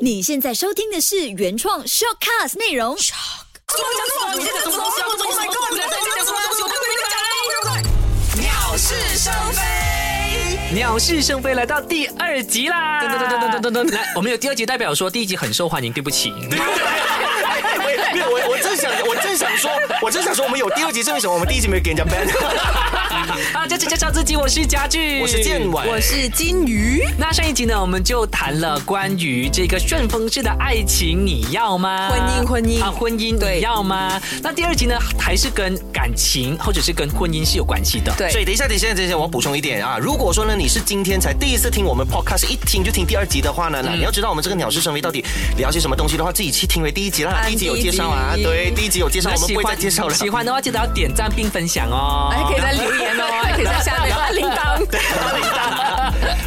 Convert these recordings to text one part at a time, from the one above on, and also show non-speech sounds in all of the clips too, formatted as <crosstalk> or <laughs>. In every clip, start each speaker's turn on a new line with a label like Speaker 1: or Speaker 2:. Speaker 1: 你现在收听的是原创 shortcast 内容。
Speaker 2: 我讲什么？你在讲什么东西啊？我讲什么？你在讲什么东西？我不跟你讲了。鸟是生非。
Speaker 3: 鸟是生非来到第二集啦！
Speaker 2: 噔噔噔噔噔噔噔
Speaker 3: 来，我们有第二集，代表说第一集很受欢迎，对不起。
Speaker 4: 没有，我我正想，我正想说，我正想说，我们有第二集，是为什么我们第一集没有给人 <laughs> 家 ban？
Speaker 3: 啊，这这这这自己，我是家具，
Speaker 4: 我是建伟，
Speaker 2: 我是金鱼。
Speaker 3: 那上一集呢，我们就谈了关于这个顺风式的爱情，你要吗？
Speaker 2: 婚姻婚姻
Speaker 3: 啊，婚姻
Speaker 2: 对
Speaker 3: 你要吗？那第二集呢，还是跟感情或者是跟婚姻是有关系的。
Speaker 2: 对
Speaker 4: 所以等一下，等一下，等一下，我要补充一点啊！如果说呢，你是今天才第一次听我们 podcast，一听就听第二集的话呢，那你要知道我们这个鸟是生非到底聊些什么东西的话，自己去听回第一集啦。
Speaker 2: 按
Speaker 4: 第一集有介绍啊，
Speaker 2: 第一集
Speaker 4: 对，第一集有介绍，
Speaker 3: 那
Speaker 4: 我们
Speaker 3: 喜
Speaker 4: 不会
Speaker 3: 欢
Speaker 4: 再介绍了。
Speaker 3: 喜欢的话记得要点赞并分享 <laughs> 哦。
Speaker 2: 还可以在留言哦，还可以在下面按铃铛。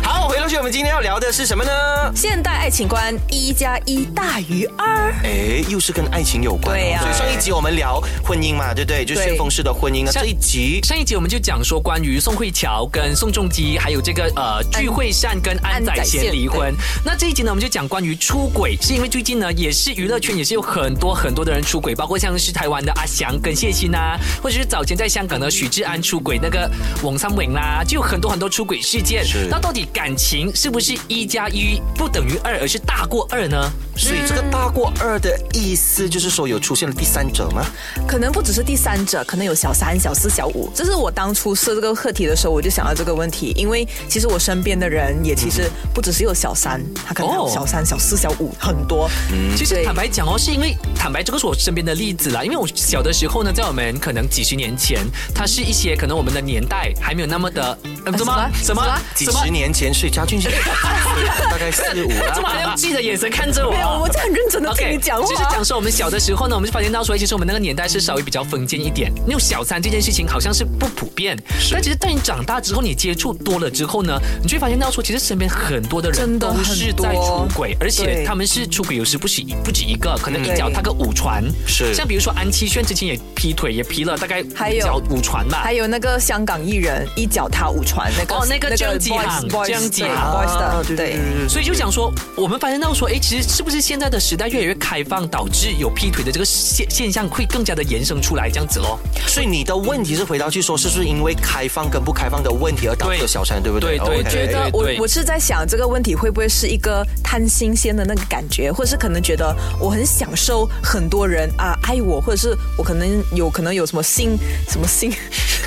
Speaker 4: 好，回头去我们今天要聊的是什么呢？
Speaker 2: 现代爱情观一加一大于二。
Speaker 4: 哎，又是跟爱情有关、哦。
Speaker 2: 对呀
Speaker 4: 所以上一集我们聊婚姻嘛，对不对？就
Speaker 2: 对
Speaker 4: 顺风式的婚姻。那啊
Speaker 3: 像
Speaker 4: 这一集
Speaker 3: 上一集我们就讲说关于宋慧乔跟宋仲基，还有这个呃具惠善跟安宰贤离婚。那这一集呢，我们就讲关于出轨，是因为最近呢，也是娱乐圈也是有很多很多的人出轨，包括像是台湾的阿翔跟谢欣啊，或者是早前在香港的许志安出轨那个王三伟啦，就有很多很多出轨事件
Speaker 4: 是。
Speaker 3: 那到底感情是不是一加一不等于二，而是大过二呢？
Speaker 4: 所以这个大过二的意思就是说有出现了第三者吗？
Speaker 5: 可能不只是第三者，可能有小三、小四、小五。这是我当初设这个课题的时候，我就想到这个问题，因为其实我身边的人也其实不只是有小三，他可能还有
Speaker 3: 哦
Speaker 5: 小三、小四、小五很多。
Speaker 3: 其实
Speaker 5: 对
Speaker 3: 坦白讲哦，是因为坦白这个是我身边的例子啦。因为我小的时候呢，在我们可能几十年前，它是一些可能我们的年代还没有那么的呃什么什
Speaker 5: 什么
Speaker 3: 么
Speaker 4: 几
Speaker 3: 什么
Speaker 4: 十，年前，所以家俊是大概四五
Speaker 3: 这么好
Speaker 4: 啦。
Speaker 3: 像记的眼神看着我。
Speaker 5: 没有，我在很认真的听
Speaker 3: OK，
Speaker 5: 你讲话。
Speaker 3: 就是讲说我们小的时候呢，我们就发现到说，其实我们那个年代是稍微比较封建一点，那种小三这件事情好像是不普遍。但其实当你长大之后，你接触多了之后呢，你就会发现到说，其实身边很多的人
Speaker 5: 真的
Speaker 3: 都
Speaker 5: 很多
Speaker 3: 是在出轨，而且
Speaker 5: 对
Speaker 3: 他们是出轨有时不止一不止一个，可能一
Speaker 5: 对
Speaker 3: 脚踏个五船。
Speaker 4: 是
Speaker 3: 像比如说安七炫之前也劈腿，也劈了大概
Speaker 5: 还
Speaker 3: 一
Speaker 5: 有
Speaker 3: 脚五船吧
Speaker 5: 还。有那个香港艺人一脚踏五船那个
Speaker 3: 哦那个江启
Speaker 5: boys
Speaker 3: 航
Speaker 5: boys
Speaker 3: 江启
Speaker 5: 对
Speaker 3: 航哦
Speaker 5: boys 的
Speaker 4: 啊对对
Speaker 5: 对。
Speaker 4: 对
Speaker 3: 所以就讲说，我们发现到说，哎，其实是不是现在的时代越来越开放，导致有劈腿的这个现现象会更加的延伸出来，这样子咯。
Speaker 4: 所以你的问题是回到去说，是不是因为开放跟不开放的问题而导致
Speaker 3: 对
Speaker 4: 了小三，对不对？
Speaker 3: 对对
Speaker 4: OK
Speaker 3: 觉得
Speaker 5: 那呃我
Speaker 3: 哎对
Speaker 5: 我是在想这个问题会不会是一个贪新鲜的那个感觉，或者是可能觉得我很享受很多人啊爱我，或者是我可能有可能有什么性什
Speaker 3: <laughs>
Speaker 5: 么性，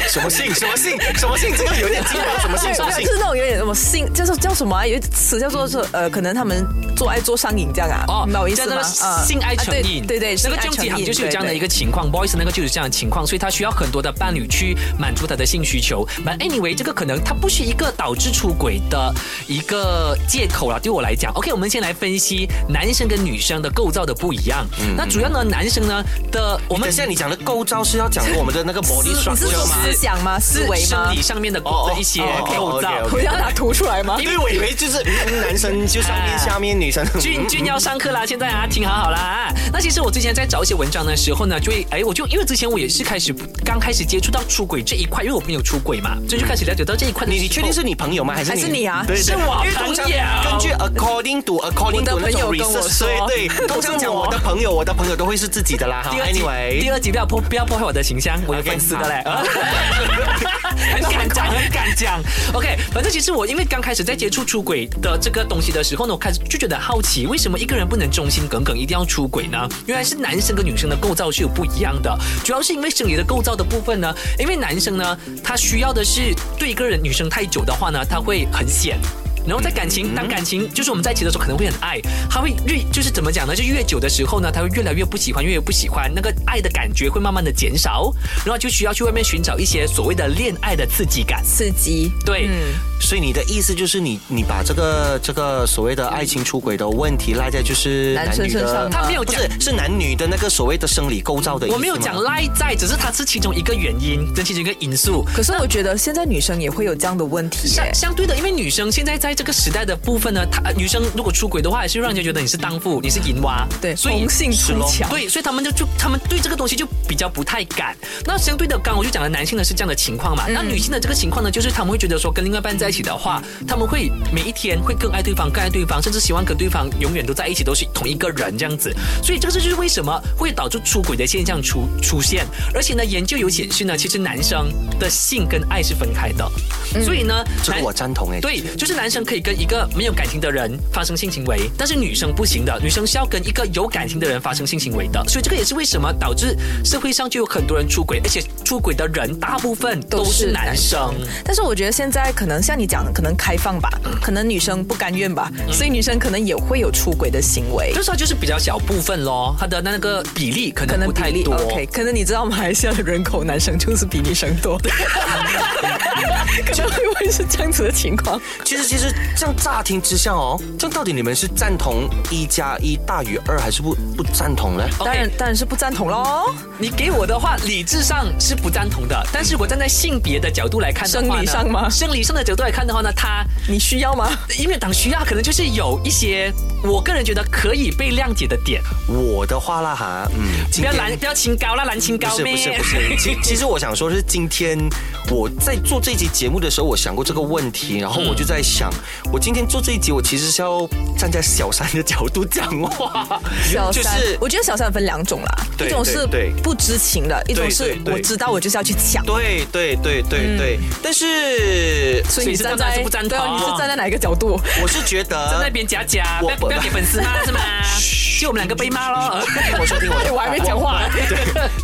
Speaker 4: 什么性什么性什么性，这个有点奇怪，什么性什么性
Speaker 5: 就。是那种有点什么性，叫做叫什么、啊？有一词叫做是呃，可能他们做爱做上瘾这样啊，
Speaker 3: <laughs> 哦
Speaker 5: 你，懂我意思
Speaker 3: 叫做
Speaker 5: 吗？啊
Speaker 3: 性爱成瘾，
Speaker 5: 啊对对对，
Speaker 3: 那个
Speaker 5: 性爱
Speaker 3: 江启
Speaker 5: 成
Speaker 3: 航
Speaker 5: 瘾
Speaker 3: 就是有这样的一。个
Speaker 5: 对对
Speaker 3: 情况，Boys 那个就是这样的情况，所以他需要很多的伴侣去满足他的性需求。But anyway，这个可能它不是一个导致出轨的一个借口啦，对我来讲，OK，我们先来分析男生跟女生的构造的不一样。
Speaker 5: 嗯
Speaker 3: 那主要呢，男生呢的我
Speaker 4: 等
Speaker 3: 们
Speaker 4: 一下，你讲的构造是要讲我们的那个 body
Speaker 5: 思你是
Speaker 4: structure
Speaker 5: 说
Speaker 4: 吗？
Speaker 5: 思想吗？思维
Speaker 3: 生
Speaker 5: 吗
Speaker 3: 理？上面的
Speaker 4: 哦哦
Speaker 3: 的一些
Speaker 4: 哦，OK，
Speaker 3: 构造
Speaker 4: OK，OK。
Speaker 5: 我要拿图出来吗？
Speaker 4: 因为我以为就是嗯男生就上面下面，女生
Speaker 3: 俊俊要上课啦，现在啊，听好好啦啊。那其实我之前在找一些文章的时候呢，就会哎，我就因为之前我也是开始刚开始接触到出轨这一块，因为我朋友出轨嘛，所以就开始了解到这一块的时
Speaker 4: 你
Speaker 3: 候。
Speaker 4: 你确定是你朋友吗？还是你
Speaker 5: 还是你啊
Speaker 4: 对对
Speaker 3: 是我
Speaker 4: 因为通常
Speaker 3: 朋友
Speaker 4: 根据 according to
Speaker 5: 我
Speaker 4: according
Speaker 5: 的
Speaker 4: to 那
Speaker 5: 朋友
Speaker 4: 种
Speaker 5: 跟我
Speaker 4: research，
Speaker 5: 说
Speaker 4: 对对，通常讲我的朋友，我的朋友都会是自己的啦。哈
Speaker 3: 第二集第
Speaker 4: ，anyway，
Speaker 3: 二集不要破不要破坏我的形象，我有
Speaker 4: OK，
Speaker 3: 粉丝的嘞。 <laughs> 很敢讲，很敢讲。OK，反正其实我因为刚开始在接触出轨的这个东西的时候呢，我开始就觉得好奇，为什么一个人不能忠心耿耿，一定要出轨呢？原来是男生跟女生的构造是有不一样的，主要是因为生理的构造的部分呢，因为男生呢，他需要的是对一个人女生太久的话呢，他会很险。然后在感情，当感情就是我们在一起的时候可能会很爱，他会越就是怎么讲呢？就越久的时候呢，他会越来越不喜欢，越来越不喜欢，那个爱的感觉会慢慢的减少，然后就需要去外面寻找一些所谓的恋爱的刺激感。嗯
Speaker 5: 刺激。嗯
Speaker 3: 对，
Speaker 4: 所以你的意思就是你你把这个这个所谓的爱情出轨的问题赖在就是
Speaker 5: 男生
Speaker 4: 女的
Speaker 5: 身上吗
Speaker 3: 他没有
Speaker 4: 不
Speaker 3: 讲
Speaker 4: 是是男女的那个所谓的生理构造的意思
Speaker 3: 我
Speaker 4: 吗
Speaker 3: 没有讲赖在，只是它是其中一个原因，这其中一个因素。
Speaker 5: 可是我觉得现在女生也会有这样的问题耶
Speaker 3: 相。相对的，因为女生现在在这个时代的部分呢，她呃女生如果出轨的话，也是让人家觉得你是荡妇，你是淫娃，
Speaker 5: 对，
Speaker 3: 所以
Speaker 5: 红杏
Speaker 4: 是
Speaker 5: 出
Speaker 4: 咯
Speaker 5: 墙。
Speaker 3: 对，所以他们就就他们对这个东西就比较不太敢。那相对的，刚刚我就讲了，男性呢是这样的情况嘛，那女性的这个情况呢，就是他们会觉得说跟另外一半在在一起的话，他们会每一天会更爱对方，更爱对方，甚至希望跟对方永远都在一起，都是同一个人这样子。所以这个就是为什么会导致出轨的现象出出现。而且呢，研究有显示呢，其实男生的性跟爱是分开的，所以呢，
Speaker 4: 这个
Speaker 3: 男
Speaker 4: 我赞同哎。
Speaker 3: 对，就是男生可以跟一个没有感情的人发生性行为，但是女生不行的，女生是要跟一个有感情的人发生性行为的。所以这个也是为什么导致社会上就有很多人出轨，而且出轨的人大部分都是男生。
Speaker 5: 但是我觉得现在可能像你讲的，可能开放吧，可能女生不甘愿吧，所以女生可能也会有出轨的行为
Speaker 3: 就。是它就是比较小部分咯，它的那个比例可
Speaker 5: 可
Speaker 3: 能
Speaker 5: 能
Speaker 3: 不
Speaker 5: 比
Speaker 3: 太
Speaker 5: 例
Speaker 3: 多。
Speaker 5: OK，可能你知道马来西亚的人口男生就是比女生多，可能会不会是这样子的情况？
Speaker 4: 其实其实这样乍听之下哦，这样到底你们是赞同一加一大于二，还是不不赞同
Speaker 3: 哦
Speaker 4: 呢？
Speaker 5: 当然当然是不赞同喽。
Speaker 3: 你给我的话，理智上是不赞同的，但是如果站在性别的角度来看的话呢
Speaker 5: 生理上吗
Speaker 3: 生理上的角度来看的话呢，它
Speaker 5: 你需要吗？
Speaker 3: 因为党需要，可能就是有一些我个人觉得可以被谅解的点。
Speaker 4: 我的话啦哈，嗯，
Speaker 3: 不
Speaker 4: 今
Speaker 3: 要
Speaker 4: 天
Speaker 3: 蓝，不要清高啦，蓝清
Speaker 4: 不
Speaker 3: 高
Speaker 4: 是
Speaker 3: 咩？
Speaker 4: 不是不是，其其实我想说，是今天我在做这期节目的时候，我想过这个问题，然后我就在想，我今天做这一集，我其实是要站在小三的角度讲话，
Speaker 5: 小
Speaker 4: 就
Speaker 5: 三，
Speaker 4: 是
Speaker 5: 我觉得小三分两种啦，
Speaker 4: 对
Speaker 5: 一种是
Speaker 4: 对对
Speaker 5: 不知情的，一种
Speaker 4: 对
Speaker 5: 是
Speaker 4: 对对
Speaker 5: 我知道我就是要去抢。
Speaker 4: 对对对对对，但是
Speaker 5: 所
Speaker 3: 所以是站在还是不站
Speaker 5: 对啊，
Speaker 3: 同
Speaker 5: 你是站在哪一个角度？
Speaker 4: 我是觉得
Speaker 3: 在那边夹夹，不
Speaker 4: 我
Speaker 3: 要不要给粉丝骂是吗？就我们两个被骂咯。
Speaker 4: 我说听我的，
Speaker 5: 我还没讲话。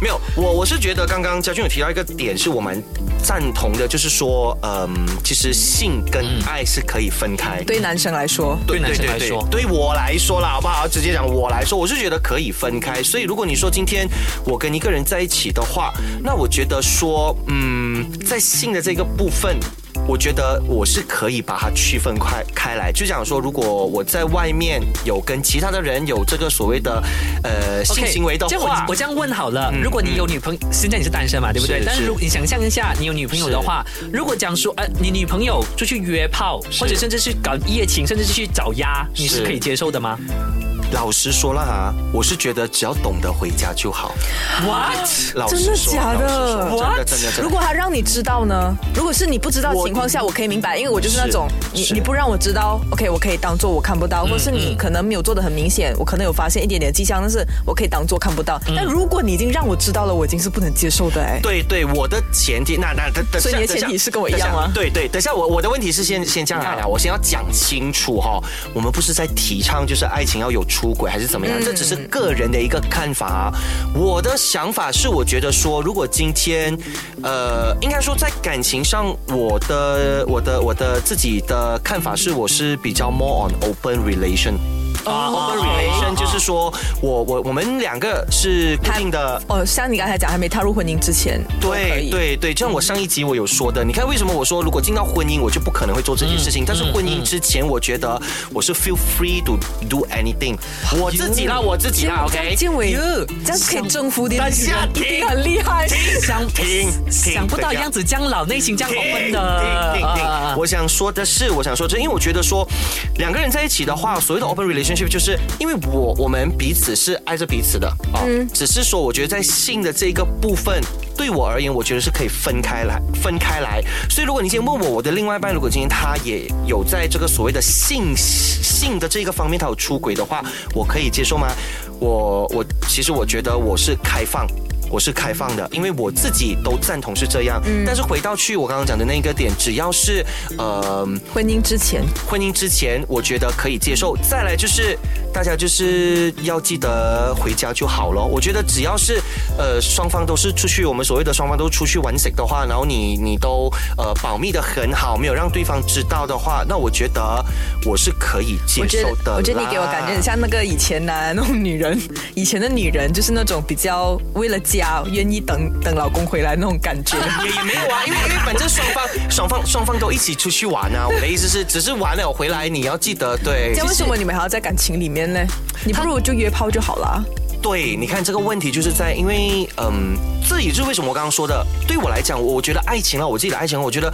Speaker 4: 没有，我我是觉得刚刚家俊有提到一个点，是我蛮赞同的，就是说，嗯，其实性跟爱是可以分开。
Speaker 5: 对男生来说，
Speaker 3: 对男生来说
Speaker 4: 对我来说啦，好不好？直接讲我来说，我是觉得可以分开。所以如果你说今天我跟一个人在一起的话，那我觉得说，嗯，在性的这个部分。我觉得我是可以把它区分开开来，就讲说，如果我在外面有跟其他的人有这个所谓的呃
Speaker 3: OK，
Speaker 4: 性行为的
Speaker 3: 这样我
Speaker 4: 话
Speaker 3: 我，这样问好了，如果你有女朋友，现在你是单身嘛，对不对
Speaker 4: 是？
Speaker 3: 但是
Speaker 4: 是
Speaker 3: 如果你想象一下，你有女朋友的话，如果讲说，呃，你女朋友出去约炮，或者甚至是搞一夜情，甚至是去找鸭，你是
Speaker 4: 是
Speaker 3: 可以接受的吗
Speaker 4: 老实说啦哈，我是觉得只要懂得回家就好。
Speaker 3: ？What？
Speaker 4: 老
Speaker 5: 真
Speaker 4: 实
Speaker 5: 的
Speaker 4: 说，
Speaker 5: 假
Speaker 4: 老实说真
Speaker 5: What？
Speaker 4: 的真的真
Speaker 5: <laughs>
Speaker 4: 的。
Speaker 5: 如果他让你知道呢？如果是你不知道的
Speaker 4: 我
Speaker 5: 情况下，我可以明白，因为我就是那种你
Speaker 4: 是嗯
Speaker 5: 你不让我知道，OK，我可以当做我看不到，或是你可能没有做的很明显，我可能有发现一点点迹象，但是我可以当做看不到。但如果你已经让我知道了，我已经是不能接受的哎。
Speaker 4: 嗯对对，我的前提那那等等下，
Speaker 5: 所以你的
Speaker 4: 等下
Speaker 5: 前提是跟我一样吗
Speaker 4: 等下对对，等下我我的问题是先先这样来了，我先要讲清楚哈、我们不是在提倡就是爱情要有出轨还是怎么样，
Speaker 5: 嗯
Speaker 4: 这只是个人的一个看法、啊。我的想法是，我觉得说，如果今天，呃，应该说在感情上，我的我的我的自己的看法是，我是比较 more on open relation。啊、o
Speaker 5: 哦
Speaker 4: p e n relation 就是说我我我们两个是固定的
Speaker 5: 哦，像你刚才讲，还没踏入婚姻之前，都可
Speaker 4: 对
Speaker 5: 以，
Speaker 4: 对对，就像我上一集我有说的，你看为什么我说如果进到婚姻我就不可能会做这件
Speaker 5: 嗯
Speaker 4: 事情，但是婚姻之前我觉得我是 feel free to do anything，我
Speaker 5: 啊
Speaker 4: 自己啦，我自己啦，OK。
Speaker 5: 建伟
Speaker 3: 哟，
Speaker 5: 这样可以征服你的
Speaker 4: 等
Speaker 5: 女
Speaker 4: 下
Speaker 5: 人，一定很厉害。
Speaker 3: 想
Speaker 4: 停停
Speaker 3: 想不到
Speaker 4: 等一下
Speaker 3: 样子这样老，内心这样红温的。
Speaker 4: 停停停
Speaker 3: 啊
Speaker 4: 我想说的是，我想说这，因为我觉得说两个人在一起的话，所谓的 open relationship 就是因为我我们彼此是爱着彼此的啊、只是说我觉得在性的这个部分。对我而言，我觉得是可以分开来，分开来。所以，如果你今天问我，我的另外一半，如果今天他也有在这个所谓的性性的这个方面，他有出轨的话，我可以接受吗？我我其实我觉得我是开放，我是开放的，因为我自己都赞同是这样。
Speaker 5: 嗯
Speaker 4: 但是回到去我刚刚讲的那个点，只要是呃
Speaker 5: 婚姻之前，
Speaker 4: 婚姻之前，我觉得可以接受。再来就是大家就是要记得回家就好了。我觉得只要是呃双方都是出去，我们所谓的双方都出去玩 s 的话，然后你你都呃保密的很好，没有让对方知道的话，那我觉得我是可以接
Speaker 5: 我觉
Speaker 4: 受的
Speaker 5: 得，我觉得你给我感觉很
Speaker 4: 下。
Speaker 5: 像那个以前呐、那种女人，以前的女人就是那种比较为了家愿意等等老公回来那种感
Speaker 4: <laughs>
Speaker 5: 觉。
Speaker 4: 也也没有啊，因为因为反正双方双方双方都一起出去玩啊。我的意思是，只是玩了回来你要记得对哎
Speaker 5: 这。样为什么你们还要在感情里面呢？你不如就约炮就好了啊。
Speaker 4: 对，你看这个问题就是在，因为嗯，这也就是为什么我刚刚说的，对我来讲，我觉得爱情啊，我自己的爱情，我觉得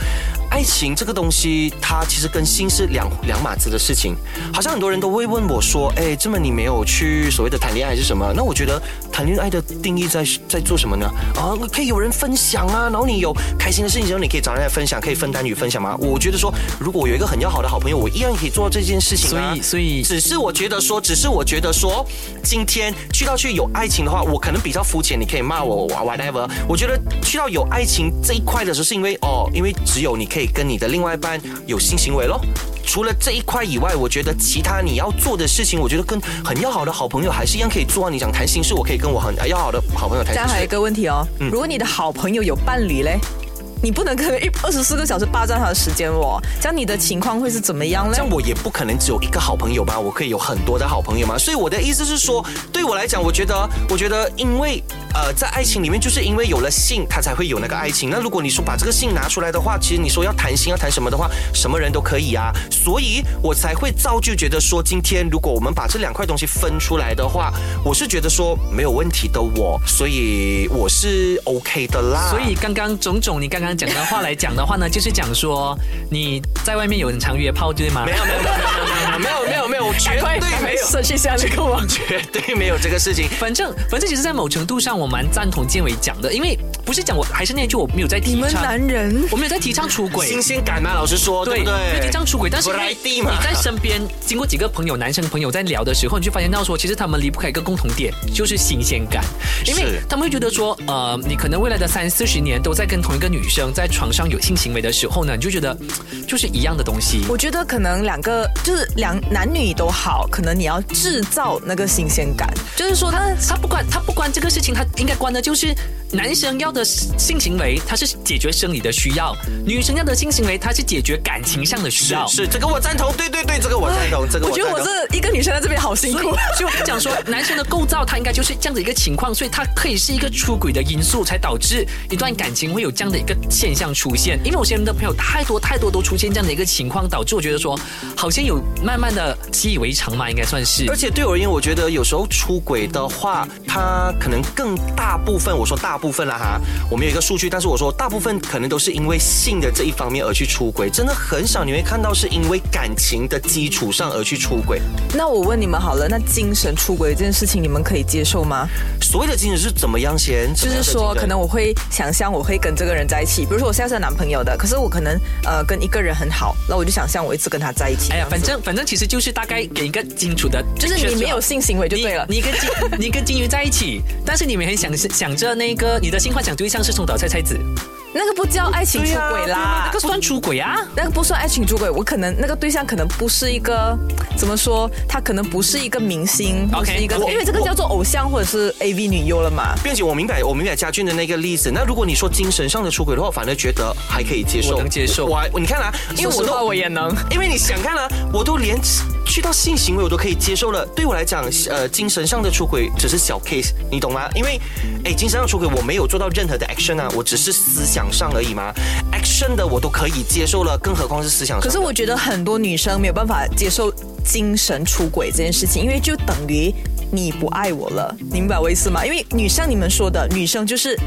Speaker 4: 爱情这个东西，它其实跟心是两两码子的事情。好像很多人都会问我说，哎，这么你没有去所谓的谈恋爱是什么？那我觉得谈恋爱的定义在在做什么呢？啊，可以有人分享啊，然后你有开心的事情的时候，你可以找人来分享，可以分担与分享嘛。我觉得说，如果我有一个很要好的好朋友，我一样可以做到这件事情啊。
Speaker 3: 所以所以
Speaker 4: 只是我觉得说，只是我觉得说，今天去到去有爱情的话，我可能比较肤浅，你可以骂我 whatever。我觉得去到有爱情这一块的时候，是因为哦，因为只有你可以跟你的另外一半有性行为咯。除了这一块以外，我觉得其他你要做的事情，我觉得跟很要好的好朋友还是一样可以做啊。你想谈心事，我可以跟我很要好的好朋友谈
Speaker 5: 这
Speaker 4: 心
Speaker 5: 样
Speaker 4: 事。
Speaker 5: 还有一个问题哦，
Speaker 4: 嗯
Speaker 5: 如果你的好朋友有伴侣嘞？你不能跟一二十四个小时霸占他的时间哦，这样你的情况会是怎么样嘞
Speaker 4: 这？样我也不可能只有一个好朋友吧，我可以有很多的好朋友嘛。所以我的意思是说，对我来讲，我觉得，我觉得，因为呃，在爱情里面，就是因为有了性，它才会有那个爱情。那如果你说把这个性拿出来的话，其实你说要谈心要谈什么的话，什么人都可以啊。所以我才会造就觉得说，今天如果我们把这两块东西分出来的话，我是觉得说没有问题的我，所以我是 OK 的啦。
Speaker 3: 所以 <laughs> 刚刚种种你刚刚讲的话来讲的话呢，就是讲说你在外面有很常约炮，对吗？
Speaker 4: 没有没有没有没有没有没有没有，我绝对没有。
Speaker 5: 设计下这个网址。
Speaker 4: 绝对没有这个事情，
Speaker 3: 反正反正，其实，在某程度上，我蛮赞同建伟讲的，因为不是讲我，还是那句，我没有在
Speaker 5: 你
Speaker 3: 提
Speaker 5: 们
Speaker 3: 倡，
Speaker 5: 男人
Speaker 3: 我没有在提倡出轨
Speaker 4: 新。鲜感嘛，老实说，对
Speaker 3: 对，
Speaker 4: 不
Speaker 3: 没有
Speaker 4: 对？
Speaker 3: 提倡出轨，但是因为
Speaker 4: Variety
Speaker 3: 你
Speaker 4: 嘛
Speaker 3: 在身边经过几个朋友，男生朋友在聊的时候，你就发现到说，其实他们离不开一个共同点，就是新鲜感，因为
Speaker 4: 是
Speaker 3: 他们会觉得说，呃，你可能未来的三四十年都在跟同一个女生在床上有性行为的时候呢，你就觉得嘖就是一样的东西。
Speaker 5: 我觉得可能两个就是两男女都好，可能你要制造那个新鲜感，就是说他
Speaker 3: 他不管他不管这个事情，他应该关的就是男生要的性行为，他是解决生理的需要；女生要的性行为，他是解决感情上的需要。
Speaker 4: <laughs> 是是，这个我赞同，对对对，这个我赞
Speaker 3: 哎
Speaker 4: 同，这个
Speaker 5: 我
Speaker 4: 我
Speaker 5: 觉得
Speaker 4: 赞
Speaker 5: 我
Speaker 4: 同。
Speaker 5: 这一个女生在这边好辛
Speaker 3: 所以
Speaker 5: 苦。，
Speaker 3: 所以我讲说，男生的构造他应该就是这样的一个情况，所以他可以是一个出轨的因素，才导致一段感情会有这样的一个现象出现。因为我身边的朋友太多太多都出现这样的一个情况，导致我觉得说，好像有慢慢的习以为常嘛，应该算是
Speaker 4: 而。且对我而言，我觉得有时候出轨的话，它可能更大部分，我说大部分啦哈，我们有一个数据，但是我说大部分可能都是因为性的这一方面而去出轨，真的很少你会看到是因为感情的基础上而去出轨。
Speaker 5: 那我问你们好了，那精神出轨这件事情，你们可以接受吗？
Speaker 4: 所谓的精神是怎么样先？怎
Speaker 5: 就
Speaker 4: 么样
Speaker 5: 是
Speaker 4: 的
Speaker 5: 说，
Speaker 4: 精神
Speaker 5: 可能我会想象我会跟这个人在一起，比如说我现在是有男朋友的，可是我可能呃跟一个人很好，那我就想象我一直跟他在一起。
Speaker 3: 哎呀，反正反正其实就是大概给一个清楚的 picture
Speaker 5: 就
Speaker 3: 就好，
Speaker 5: 是你没有性行为就对了。
Speaker 3: 你你跟金你跟金鱼在一起，但是你每天想想着那个你的性幻想对象是松岛菜菜子，
Speaker 5: 那个不叫爱情出轨
Speaker 4: 对
Speaker 5: 啦
Speaker 3: 那，个算出轨啊？
Speaker 5: 那个不算爱情出轨。我可能那个对象可能不是一个怎么说，他可能不是一个明星
Speaker 3: OK，
Speaker 5: 不是一个，
Speaker 3: 我
Speaker 5: 因为这个叫做偶像或者是 AV 女优了嘛。
Speaker 4: 并且我明白，我明白家俊的那个例子。那如果你说精神上的出轨的话，我反而觉得还可以接受，
Speaker 3: 我能接受
Speaker 4: 我还你看啊，因为我都
Speaker 5: 我也能。
Speaker 4: 因为你想看啊，我都连去到性行为我都可以接受了。对我来讲，呃，精神上的出轨只是小 case，你懂吗？因为，哎，精神上的出轨我没有做到任何的 action 啊，我只是思想上而已嘛。action 的我都可以接受了，更何况是思想上的。
Speaker 5: 可是我觉得很多女生没有办法接受精神出轨这件事情，因为就等于你不爱我了，你明白我意思吗？因为女生你们说的，女生就是。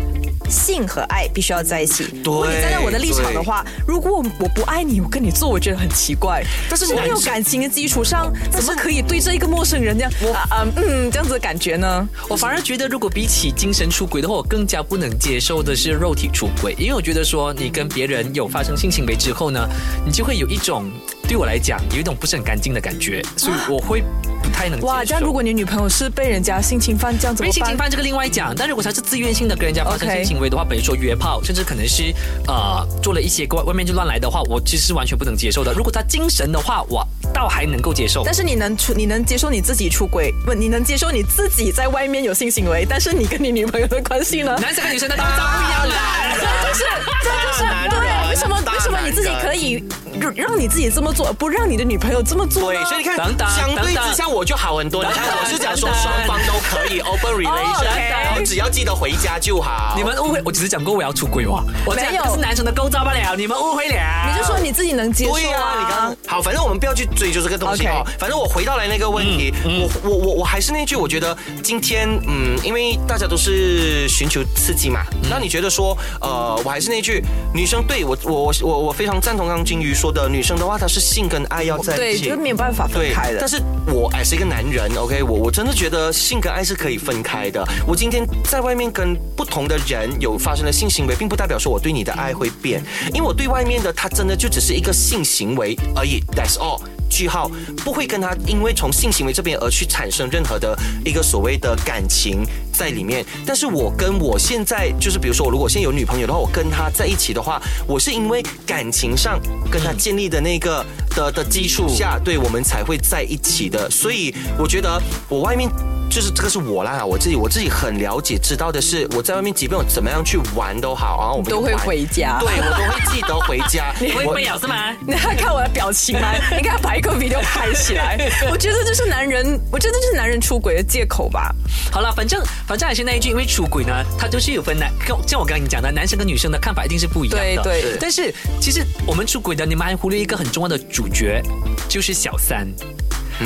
Speaker 5: 性和爱必须要在一起。如果你站在我的立场的话，如果我我不爱你，我跟你做，我觉得很奇怪。但是没有感情的基础上，怎么可以对这一个陌生人这样啊啊嗯这样子的感觉呢？
Speaker 3: 我反而觉得，如果比起精神出轨的话，我更加不能接受的是肉体出轨，因为我觉得说你跟别人有发生性行为之后呢，你就会有一种对我来讲有一种不是很干净的感觉，所以我会不太能接受。
Speaker 5: 哇，这样如果你女朋友是被人家性侵犯，这样怎
Speaker 3: 被
Speaker 5: 么
Speaker 3: 性侵
Speaker 5: 办？
Speaker 3: 犯这个另外讲，但如果他是自愿性的跟人家发生
Speaker 5: OK
Speaker 3: 性行为的话，比如说约炮，甚至可能是呃做了一些外外面就乱来的话，我其实是完全不能接受的。如果他精神的话，我倒还能够接受
Speaker 5: 但。是你能出，你能接受你自己出轨，不，你能接受你自己在外面有性行为，但是你跟你女朋友的关系
Speaker 4: <laughs>
Speaker 5: 呢？
Speaker 3: 男生和女生的当然不一样啦。
Speaker 5: 这就是，这就是
Speaker 4: 大男人
Speaker 5: 对，为什么
Speaker 4: 大男人
Speaker 5: 为什么你自己可以让让你自己这么做，而不让你的女朋友这么做呢
Speaker 4: 对，？所以你看，
Speaker 3: 等等
Speaker 4: 相
Speaker 3: 等
Speaker 4: 对
Speaker 3: 等
Speaker 4: 之下我就好很多。你看，
Speaker 3: 等等
Speaker 4: 我是讲说
Speaker 3: 等等
Speaker 4: 双方都可以 open relation，
Speaker 5: OK
Speaker 4: 然后只要记得回家就好。
Speaker 3: 你们误会，我只是讲过我要出轨哇，我讲
Speaker 5: 没有
Speaker 3: 这是男生的构造罢了，你们误会了。
Speaker 5: 你就说你自己能接受啊
Speaker 4: 对呀、你刚刚好，反正我们不要去追究这个东西
Speaker 5: OK 嗯
Speaker 4: 哦。反正我回到来那个问题，我我我我还是那句，我觉得今天嗯，因为大家都是寻求刺激嘛，
Speaker 5: 嗯
Speaker 4: 那你觉得说呃，我还是那句，女生对我我我我我非常赞同刚刚金鱼说的，女生的话她是性跟爱要在
Speaker 5: 对，
Speaker 4: 一起，
Speaker 5: 就是没有办法分
Speaker 4: 对
Speaker 5: 开，的
Speaker 4: 但。是我哎是一个男人，OK，我我真的觉得性跟爱是可以分开的。我今天在外面跟不同的人有发生了性行为，并不代表说我对你的爱会变，因为我对外面的他真的就只是一个性行为而已，That's all。句号不会跟他因为从性行为这边而去产生任何的一个所谓的感情在里面。但是我跟我现在就是，比如说我如果现在有女朋友的话，我跟她在一起的话，我是因为感情上跟她建立的那个的的基础下，对我们才会在一起的。所以我觉得我外面。就是这个是我啦，我自己我自己很了解，知道的是我在外面，即便我怎么样去玩都好，然后我们
Speaker 5: 都会
Speaker 4: 玩
Speaker 5: 回家
Speaker 4: 对我都会记得回
Speaker 5: <laughs>
Speaker 4: 家。
Speaker 3: 你会
Speaker 4: 我
Speaker 3: 被咬是吗？
Speaker 5: <laughs> 你看看我的表情吗？你看把一个 video 拍起
Speaker 4: <laughs>
Speaker 5: 来，我觉得这就是男人，我觉得这就是男人出轨的借口吧。
Speaker 3: <laughs> 好了，反正反正还是那一句，因为出轨呢，它就是有分男，跟像我刚刚讲的，男生跟女生的看法一定是不一样的。
Speaker 5: 对对
Speaker 3: 但是其实我们出轨的，你们还忽略一个很重要的主角，就是小三。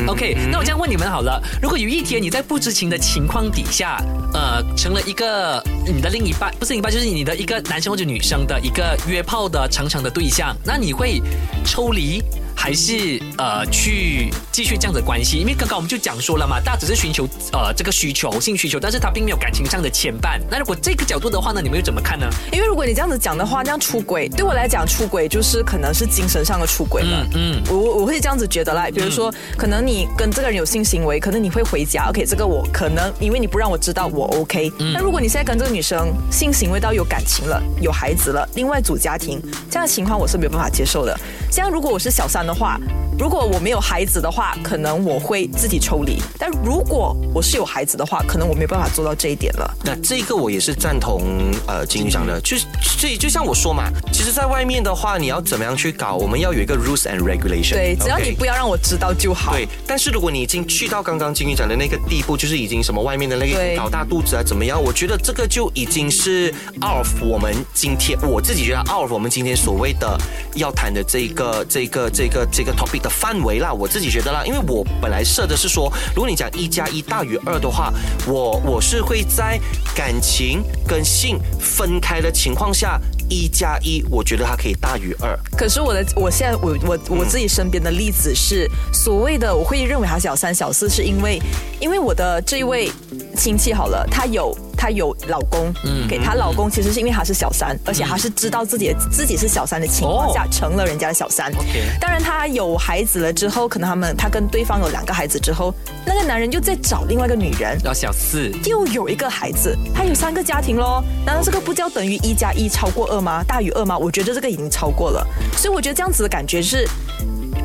Speaker 3: OK，那我这样问你们好了，如果有一天你在不知情的情况底下，呃，成了一个你的另一半，不是另一半，就是你的一个男生或者女生的一个约炮的常常的对象，那你会抽离？还是呃去继续这样子的关系，因为刚刚我们就讲说了嘛，大家只是寻求呃这个需求性需求，但是他并没有感情上的牵绊。那如果这个角度的话呢，你们又怎么看呢？
Speaker 5: 因为如果你这样子讲的话，那样出轨对我来讲，出轨就是可能是精神上的出轨了。
Speaker 3: 嗯
Speaker 5: 嗯
Speaker 3: 嗯
Speaker 5: 我我我会这样子觉得啦。比如说，可能你跟这个人有性行为，可能你会回家，OK，这个我可能因为你不让我知道，我 OK。那
Speaker 3: 嗯
Speaker 5: 如果你现在跟这个女生性行为到有感情了，有孩子了，另外组家庭，这样的情况我是没有办法接受的。像如果我是小三的话，如果我没有孩子的话，可能我会自己抽离；但如果我是有孩子的话，可能我没有办法做到这一点了。
Speaker 4: 那这个我也是赞同，呃，金鱼讲的，就是这就像我说嘛，其实，在外面的话，你要怎么样去搞，我们要有一个 rules and regulation。
Speaker 3: 嗯
Speaker 5: 对，只要你
Speaker 4: OK
Speaker 5: 不要让我知道就好。
Speaker 4: 对，但是如果你已经去到刚刚金鱼讲的那个地步，就是已经什么外面的那
Speaker 5: 对
Speaker 4: 个搞大肚子啊，怎么样？我觉得这个就已经是 out of 我们今天我自己觉得 out of 我们今天所谓的要谈的这个这个这个这个 topic 的范围啦。我自己觉得啦，因为我本来设的是说，如果你讲一加一大于二的话，我我是会在感情跟性分开的情况下，一加一，我觉得它可以大于二。
Speaker 5: 可是我的，我现在我我我自己身边的例子是，所谓的我会认为他小三小四，是因为因为我的这一位亲戚好了，她有她有老公，给她老公其实是因为她是小三，而且她是知道自己的自己是小三的情况下
Speaker 3: 哦
Speaker 5: 成了人家的小三。
Speaker 3: OK
Speaker 5: 当然她有孩子了之后，可能他们她跟对方有两个孩子之后，那个男人就在找另外一个女人。
Speaker 3: 然后小四，
Speaker 5: 又有一个孩子，他有三个家庭喽，难道这个不叫等于一加一超过二吗？大于二吗？我觉得这个已经超过了，所以我觉得这样子的感觉是，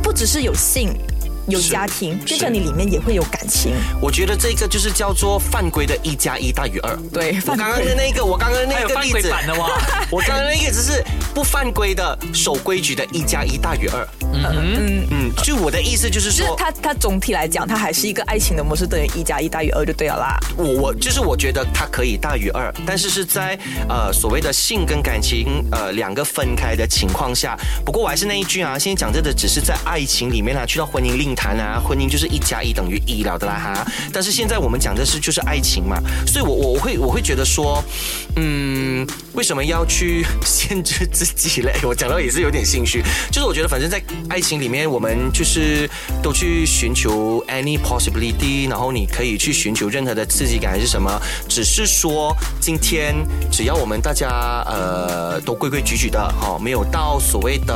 Speaker 5: 不只是有性，有
Speaker 4: 是
Speaker 5: 家庭，变
Speaker 4: 是
Speaker 5: 成你里面也会有感情。
Speaker 4: 我觉得这个就是叫做犯规的一加一大于二。
Speaker 5: 对
Speaker 4: 我
Speaker 5: 犯规
Speaker 4: 刚刚的那个，我刚刚的
Speaker 3: 还 <laughs>
Speaker 4: 那
Speaker 3: 有
Speaker 4: 个
Speaker 3: 犯
Speaker 4: 例
Speaker 3: 规
Speaker 4: 子，
Speaker 3: 版的哇，
Speaker 4: 我刚刚那个只是不犯规的守规矩的一加一大于二。嗯嗯，就我的意思就
Speaker 5: 就
Speaker 4: 是
Speaker 5: 是
Speaker 4: 说，
Speaker 5: 它，它总体来讲，它还是一个爱情的模式，等于一加一大于二就对了啦。
Speaker 4: 我我就是我觉得它可以大于二，但是是在呃所谓的性跟感情呃两个分开的情况下。不过我还是那一句啊，现在讲这个只是在爱情里面啊，去到婚姻另谈啊，婚姻就是一加一等于一了的啦哈。但是现在我们讲的是就是爱情嘛，所以我我我会我会觉得说，嗯，为什么要去 <laughs> 限制自己嘞？ <laughs> 我讲到也是有点心虚，就是我觉得反正在爱情里面，我们就是都去寻求 any possibility，然后你可以去寻求任何的刺激感还是什么，只是说今天只要我们大家呃都规规矩矩的哈、哦，没有到所谓的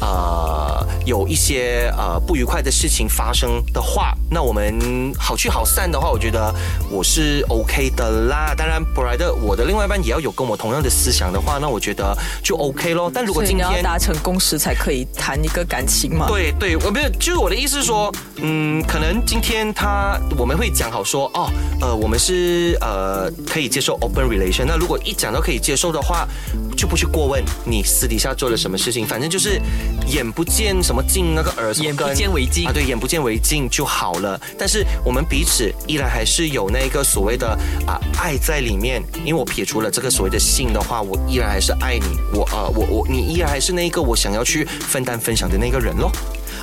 Speaker 4: 呃有一些呃不愉快的事情发生的话，那我们好聚好散的话，我觉得我是 OK 的啦。当然 b r i d e 我的另外一半也要有跟我同样的思想的话，那我觉得就 OK 咯。但如果
Speaker 5: 所以
Speaker 4: 今
Speaker 5: 你要
Speaker 4: 天
Speaker 5: 达成共识才可以谈一个感情嘛。
Speaker 4: 对对，我没有，就是我的意思是说，嗯，可能今天他呃我们会讲好说，哦，呃，我们是呃可以接受 open relation。那如果一讲到可以接受的话，就不去过问你私底下做了什么事情，反正就是眼不见什么进那个耳什么
Speaker 3: 眼不
Speaker 4: 根
Speaker 3: 见为净
Speaker 4: 啊，对，以眼不见为净就好了。但是我们彼此依然还是有那个所谓的啊、爱在里面，因为我撇除了这个所谓的性的话，我依然还是爱你，我啊、呃我我你依然还是那个我想要去分担分享的那个人咯。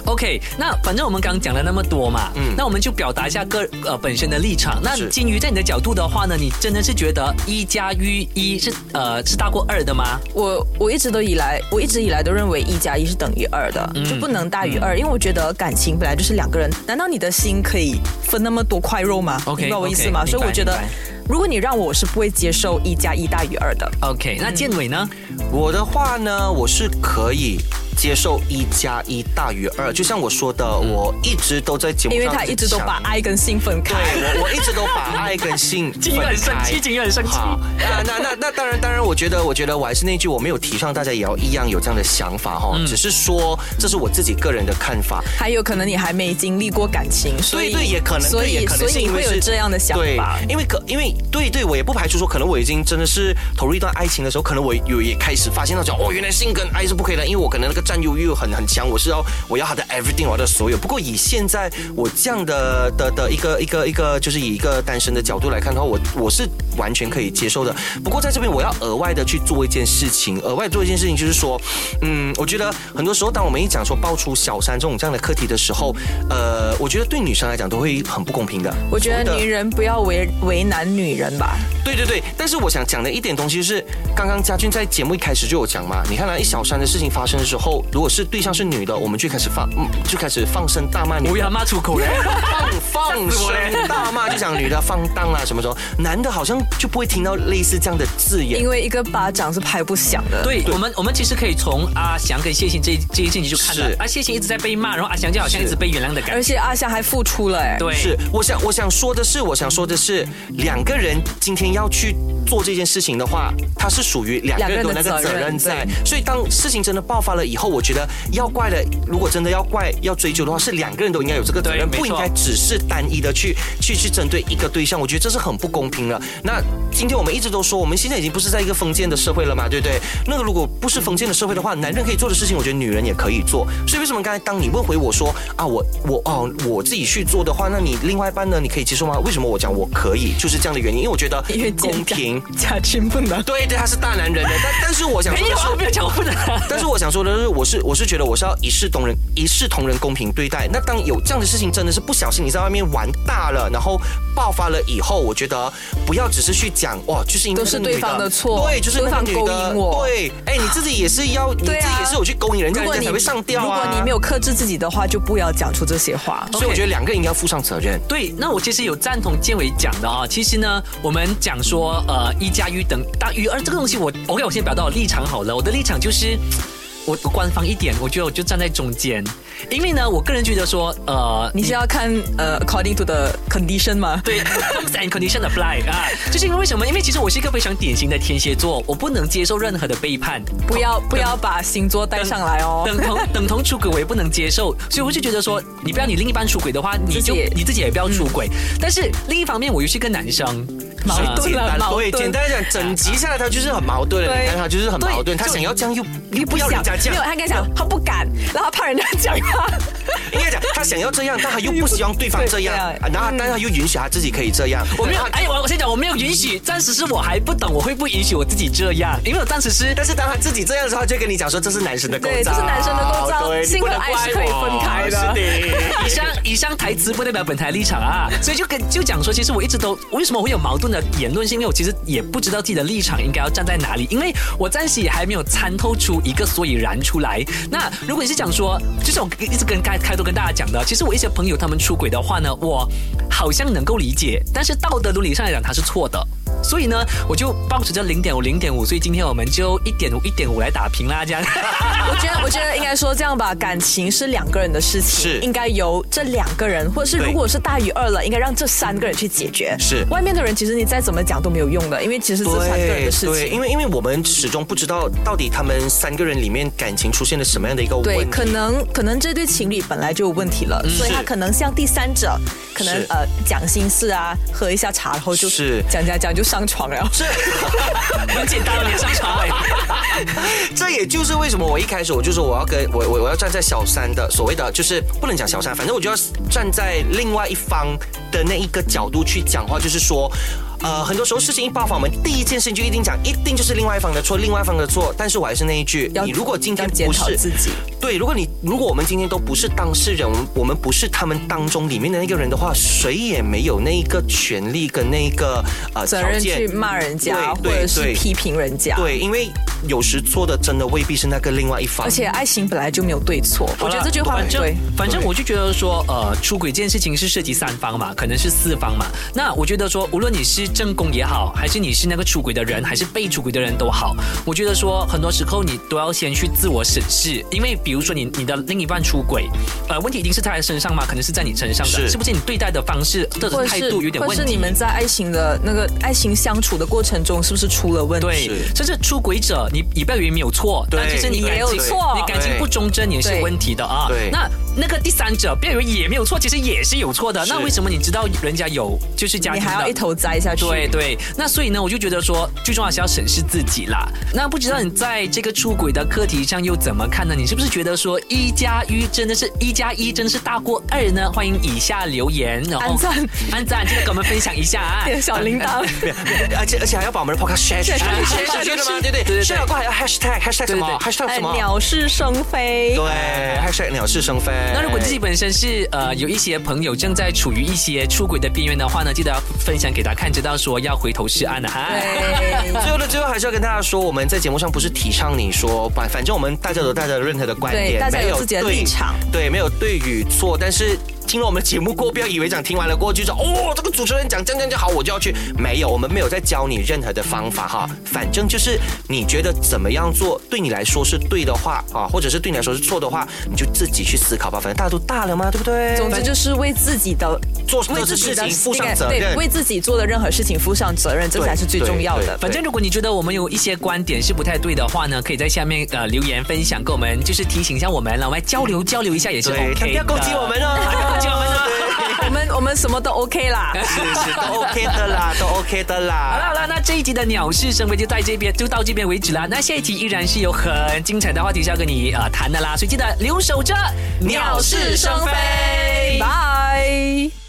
Speaker 3: OK，那反正我们刚讲了那么多嘛，
Speaker 4: 嗯
Speaker 3: 那我们就表达一下个呃本身的立场。那
Speaker 4: 是
Speaker 3: 金鱼在你的角度的话呢，你真的是觉得一加于一是呃是大过二的吗？
Speaker 5: 我我一直都以来，我一直以来都认为一加一是等于二的，
Speaker 4: 嗯
Speaker 5: 就不能大于二，因为我觉得感情本来就是两个人，难道你的心可以分那么多块肉吗
Speaker 3: OK，
Speaker 5: 你明白我意思
Speaker 3: OK，
Speaker 5: 吗？所
Speaker 3: 明
Speaker 5: 以
Speaker 3: 白
Speaker 5: 我觉得
Speaker 3: 明白，
Speaker 5: 如果你让我，我是不会接受一加一大于二的。
Speaker 3: OK，那建伟呢？
Speaker 4: 我的话呢，我是可以。接受一加一大于二，就像我说的，我一直都在节目
Speaker 5: 因
Speaker 4: 上
Speaker 5: 为
Speaker 4: 强调，
Speaker 5: 他一直都把爱跟性分开，
Speaker 4: 对我我一直都把爱跟性
Speaker 3: 金鱼很生
Speaker 4: 分开
Speaker 3: 气，金鱼很生气。
Speaker 4: 好，那那那那当然当然，我觉得我觉得我还是那句，我没有提倡大家也要一样有这样的想法哈、
Speaker 5: 嗯
Speaker 4: 只是说这是我自己个人的看法。
Speaker 5: 还有可能你还没经历过感情，所以
Speaker 4: 对对，也可能，
Speaker 5: 所
Speaker 4: 对也
Speaker 5: 以
Speaker 4: 可能
Speaker 5: 所
Speaker 4: 是
Speaker 5: 以你
Speaker 4: 因
Speaker 5: 会
Speaker 4: 为
Speaker 5: 有
Speaker 4: 是
Speaker 5: 这样的想法
Speaker 4: 对，。因为可因为对对，我也不排除说，可能我已经真的是投入一段爱情的时候，可能我有也开始发现到讲，哦，原来性跟爱是不可以的，因为我可能那个占有欲很很强，我是要我要他的 everything，我要他的所有。不过以现在我这样的的的一个一个一个，就是以一个单身的角度来看的话，我我是完全可以接受的。不过在这边我要额外的去做一件事情，额外做一件事情就是说，嗯，我觉得很多时候当我们一讲说爆出小三这种这样的课题的时候，呃，我觉得对女生来讲都会很不公平的。
Speaker 5: 我觉
Speaker 4: 所
Speaker 5: 得
Speaker 4: 谓的
Speaker 5: 女人不要为为难女人吧。
Speaker 4: 对对对，但是我想讲的一点东西就是，刚刚嘉俊在节目一开始就有讲嘛，你看啊，一小三的事情发生的时候，如果是对象是女的，我们就开始放，嗯，就开始放声大骂女
Speaker 3: 我
Speaker 4: 的。
Speaker 3: 要骂出口了。
Speaker 4: 放放声大骂，就讲女的放荡啊什么什么，男的好像就不会听到类似这样的字眼
Speaker 5: 因。为一个巴掌是拍不响的。
Speaker 3: 对我们，我们其实可以从阿翔跟谢欣这这一件你就看到
Speaker 4: 是，
Speaker 3: 啊，谢欣一直在被骂，然后阿翔就好像
Speaker 4: 是
Speaker 3: 一直被原谅的感
Speaker 5: 而
Speaker 3: 觉。
Speaker 5: 且阿香还付出了哎。
Speaker 3: 对，
Speaker 4: 是，我想我想说的是，我想说的是，两个人今天要去做这件事情的话，它是属于两个人有那个责任在
Speaker 5: 两个人的责任。
Speaker 4: 所以当事情真的爆发了以后，我觉得要怪的，如果真的要怪要追究的话，是两个人都应该有这个责任，
Speaker 3: 对没错
Speaker 4: 不应该只是单一的去去去针对一个对象。我觉得这是很不公平的。那今天我们一直都说，我们现在已经不是在一个封建的社会了嘛，对不对？那个如果不是封建的社会的话，男人可以做的事情，我觉得女人也可以做。所以为什么刚才当你问回我说啊，我我哦我自己去做的话，那你另外一半呢，你可以接受吗？为什么我讲我可以，就是这样的原因，因为我觉得
Speaker 5: 因为
Speaker 4: 公平。
Speaker 5: 家军不能。
Speaker 4: <laughs> 对对，他是大男人的，但但是我
Speaker 5: 哎
Speaker 4: <laughs> 想说
Speaker 3: 没
Speaker 4: 的
Speaker 3: 有
Speaker 4: 是
Speaker 3: 啊，。没有讲不能。
Speaker 4: 但是我想说的是，我是我是觉得我是要一视同仁，一视同仁公平对待。那当有这样的事情真的是不小心你在外面玩大了，然后爆发了以后，我觉得不要只是去讲哇，就是因为
Speaker 5: 都是
Speaker 4: 那个女
Speaker 5: 对方的错
Speaker 4: 对，就是那个女
Speaker 5: 对方勾
Speaker 4: 的
Speaker 5: 引我
Speaker 4: 对，哎，你自己也是要，你自
Speaker 5: 对啊
Speaker 4: 己也是有去勾 <laughs> 引人家，
Speaker 5: 如
Speaker 4: 人
Speaker 5: 果
Speaker 4: 家
Speaker 5: 你
Speaker 4: 才会上吊啊。
Speaker 5: 如果你没有克制自己的话，就不要讲出这些话。
Speaker 4: 所以我觉得两个人应该要负上责任。
Speaker 3: 对，那我其实有赞同建伟讲的啊、其实呢，我们讲说，呃，一加一等大于二这个东西我，我 OK，我先表达我立场好了。我的立场就是，我我官方一点，我觉得我就站在中间，因为呢，我个人觉得说，呃，
Speaker 5: 你是要看呃，according to the condition 吗？
Speaker 3: 对 terms and condition apply 啊，就是因为为什么？因为其实我是一个非常典型的天蝎座，我不能接受任何的背叛，
Speaker 5: 不要不要把星座带上来哦。
Speaker 4: <laughs>
Speaker 3: 等同等同出轨我也不能接受，所以我就觉得说，你不要你另一半出轨的话，你
Speaker 5: 自己
Speaker 3: 就
Speaker 5: 也嗯
Speaker 3: 你自己也不要出轨。但是另一方面，我又是一个男生，
Speaker 5: 矛
Speaker 3: 啊
Speaker 5: 盾了矛
Speaker 4: 对，
Speaker 5: 盾
Speaker 4: 简单来讲，整集下来他就是很矛盾了。
Speaker 5: 对
Speaker 4: 你看他就是很矛
Speaker 5: 对
Speaker 4: 盾，他
Speaker 5: 就
Speaker 4: 想要这样又又不要
Speaker 5: 想
Speaker 4: 人家这
Speaker 5: 没有，
Speaker 4: 样，
Speaker 5: 他跟他讲，他不敢，然后他怕人家讲他。
Speaker 4: <laughs> 应该讲他想要这样，但他又不希望对方这样，
Speaker 5: 对对嗯
Speaker 4: 啊然后但他又允许他自己可以这样。
Speaker 3: 我没有
Speaker 4: 然后，他
Speaker 3: 哎，我我先讲，我没有允许，暂时是我还不懂，我会不允许我自己这样，因为我暂时是
Speaker 4: 但是当他自己这样的时候，他就跟你讲说这是男生的构造，
Speaker 5: 对这是男生的构造
Speaker 4: 啊哦对
Speaker 5: 性和爱是可以分开的
Speaker 4: 你不能怪我是的
Speaker 3: 以上以上台词不代表本台立场啊，所以就跟就讲说，其实我一直都为什么会有矛盾的言论，是因为我其实也不知道自己的立场应该要站在哪里，因为我暂时也还没有参透出一个所以然出来。那如果你是讲说，就是我一直跟开开头跟大家讲的，其实我一些朋友他们出轨的话呢，我好像能够理解，但是道德伦理上来讲他是错的。所以呢，我就保持着零点五、零点五，所以今天我们就一点五、一点五来打平啦，这样。 <laughs>
Speaker 5: 我觉得，我觉得应该说这样吧，感情是两个人的事情，
Speaker 4: 是
Speaker 5: 应该由这两个人，或者是
Speaker 4: 对
Speaker 5: 如果是大于二了，应该让这三个人去解决。
Speaker 4: 是
Speaker 5: 外面的人其实你再怎么讲都没有用的，因为其实这三个人的事
Speaker 4: 对，
Speaker 5: 情
Speaker 4: 因。为因为我们始终不知道到底他们三个人里面感情出现了什么样的一个问
Speaker 5: 对，
Speaker 4: 题。
Speaker 5: 可能可能这对情侣本来就有问题了，所以他
Speaker 4: 是
Speaker 5: 可能向第三者，可能
Speaker 4: 是
Speaker 5: 呃讲心事啊，喝一下茶，然后就是讲讲讲就上床了。
Speaker 4: 这
Speaker 3: 很简单，你上床哎。
Speaker 4: 这也就是为什么我一开始我就说我要跟我我我要站在小三的所谓的就是不能讲小三，反正我就要站在另外一方的那一个角度去讲话，就是说。呃，很多时候事情一爆发，我们第一件事情就一定讲，一定就是另外一方的错，另外一方的错。但是我还是那一句
Speaker 5: 要，
Speaker 4: 你如果今天
Speaker 5: 要检
Speaker 4: 不
Speaker 5: 讨
Speaker 4: 是
Speaker 5: 自己，
Speaker 4: 对，如果你如果我们今天都不是当事人，我们我们不是他们当中里面的那个人的话，谁也没有那一个权利跟那一个呃
Speaker 5: 责任
Speaker 4: 条件
Speaker 5: 去骂人家，或
Speaker 4: 对
Speaker 5: 者
Speaker 4: 对
Speaker 5: 是
Speaker 4: 对
Speaker 5: 批评人家。
Speaker 4: 对，因为有时错的真的未必是那个另外一方。
Speaker 5: 而且爱情本来就没有对错，我觉得这句话
Speaker 3: 反
Speaker 5: 很对
Speaker 3: 正。反正我就觉得说，呃，出轨这件事情是涉及三方嘛，可能是四方嘛。那我觉得说，无论你是正宫也好，还是你是那个出轨的人，还是被出轨的人都好，我觉得说，很多时候你都要先去自我审视，因为比如说你你的另一半出轨，呃，问题一定是在他身上嘛，可能是在你身上的，
Speaker 4: 是
Speaker 3: 是不是你对待的方式、这
Speaker 5: 或
Speaker 3: 种
Speaker 5: 者
Speaker 3: 态
Speaker 5: 是，
Speaker 3: 度有点
Speaker 5: 或
Speaker 3: 问
Speaker 5: 者是
Speaker 3: 题
Speaker 5: 你？们在爱情的那个爱情相处的过程中，是不是出了问
Speaker 3: 对
Speaker 5: 题？，
Speaker 3: 甚至出轨者，你你不要以为没有错，
Speaker 4: 对
Speaker 3: 但其实你
Speaker 4: 也
Speaker 3: 感
Speaker 5: 有
Speaker 3: 情
Speaker 5: 错
Speaker 3: 你感情不忠贞也是有问题的啊。
Speaker 4: 对
Speaker 3: 那那个第三者，不要以为也没有错，其实也是有错的。
Speaker 4: 是
Speaker 3: 那为什么你知道人家有就是家
Speaker 5: 你
Speaker 3: 庭的？
Speaker 5: 还要一头栽下去。
Speaker 3: 对对，那所以呢，我就觉得说，最重要是要审视自己啦。那不知道你在这个出轨的课题上又怎么看呢？你是不是觉得说一加一真的是一加一真的是大过二呢？欢迎以下留言，然后
Speaker 5: 按赞，
Speaker 3: 按赞，记得跟我们分享一下
Speaker 5: <laughs>
Speaker 3: 啊。
Speaker 5: 点 <laughs> 小铃铛。
Speaker 4: 而且而且还要把我们的 podcast share 出去
Speaker 3: 对
Speaker 4: ，share 出去的嘛，对对对，share 了过后还要 hashtag hashtag 什么
Speaker 3: 对
Speaker 4: hashtag 什
Speaker 5: 哎，
Speaker 4: 么，
Speaker 5: 鸟是生非。
Speaker 4: 对，hashtag 鸟是生非。
Speaker 3: 那如果自己本身是呃有一些朋友正在处于一些出轨的边缘的话呢，记得要分享给他看，知道说要回头是岸了哈。
Speaker 5: 对
Speaker 4: 最后的最后还是要跟大家说，我们在节目上不是提倡你说，反反正我们大家有大家的任何的观
Speaker 5: 对
Speaker 4: 点，
Speaker 5: 大家有
Speaker 4: 没
Speaker 5: 自己的
Speaker 4: 对
Speaker 5: 立场，
Speaker 4: 对，没有对与错，但是。听了我们节目过，不要以为讲听完了过去就哦，这个主持人讲这样这样就好，我就要去。没有，我们没有在教你任何的方法哈，反正就是你觉得怎么样做对你来说是对的话啊，或者是对你来说是错的话，你就自己去思考吧。反正大家都大了嘛，对不对？
Speaker 5: 总之就是为自己的
Speaker 4: 做做
Speaker 5: 为
Speaker 4: 的
Speaker 5: 自己
Speaker 4: 事
Speaker 5: 的
Speaker 4: 情负上
Speaker 5: 那个
Speaker 4: 责任
Speaker 5: 啊对，为自己做的任何事情负上责任，这才是最重要的
Speaker 4: 对。
Speaker 3: 反正如果你觉得我们有一些观点是不太对的话呢，可以在下面呃留言分享，跟我们就是提醒一下我们，然后来交流交流一下也是
Speaker 4: 对，
Speaker 3: OK
Speaker 4: 他
Speaker 5: 啊
Speaker 3: 的。
Speaker 4: 不要攻击我们哦，
Speaker 3: 不要攻击我们哦。
Speaker 5: <laughs> 我们我们什么都 OK
Speaker 4: <laughs>
Speaker 5: 啦。
Speaker 4: 是是，都 OK 的啦，都 OK 的啦。
Speaker 3: 好了好了，那这一集的鸟事生活就在这边就到这边为止啦。那下一集依然是有很精彩的话题是要跟你呃谈的啦，所以记得留守着
Speaker 4: 鸟事生非
Speaker 5: 拜。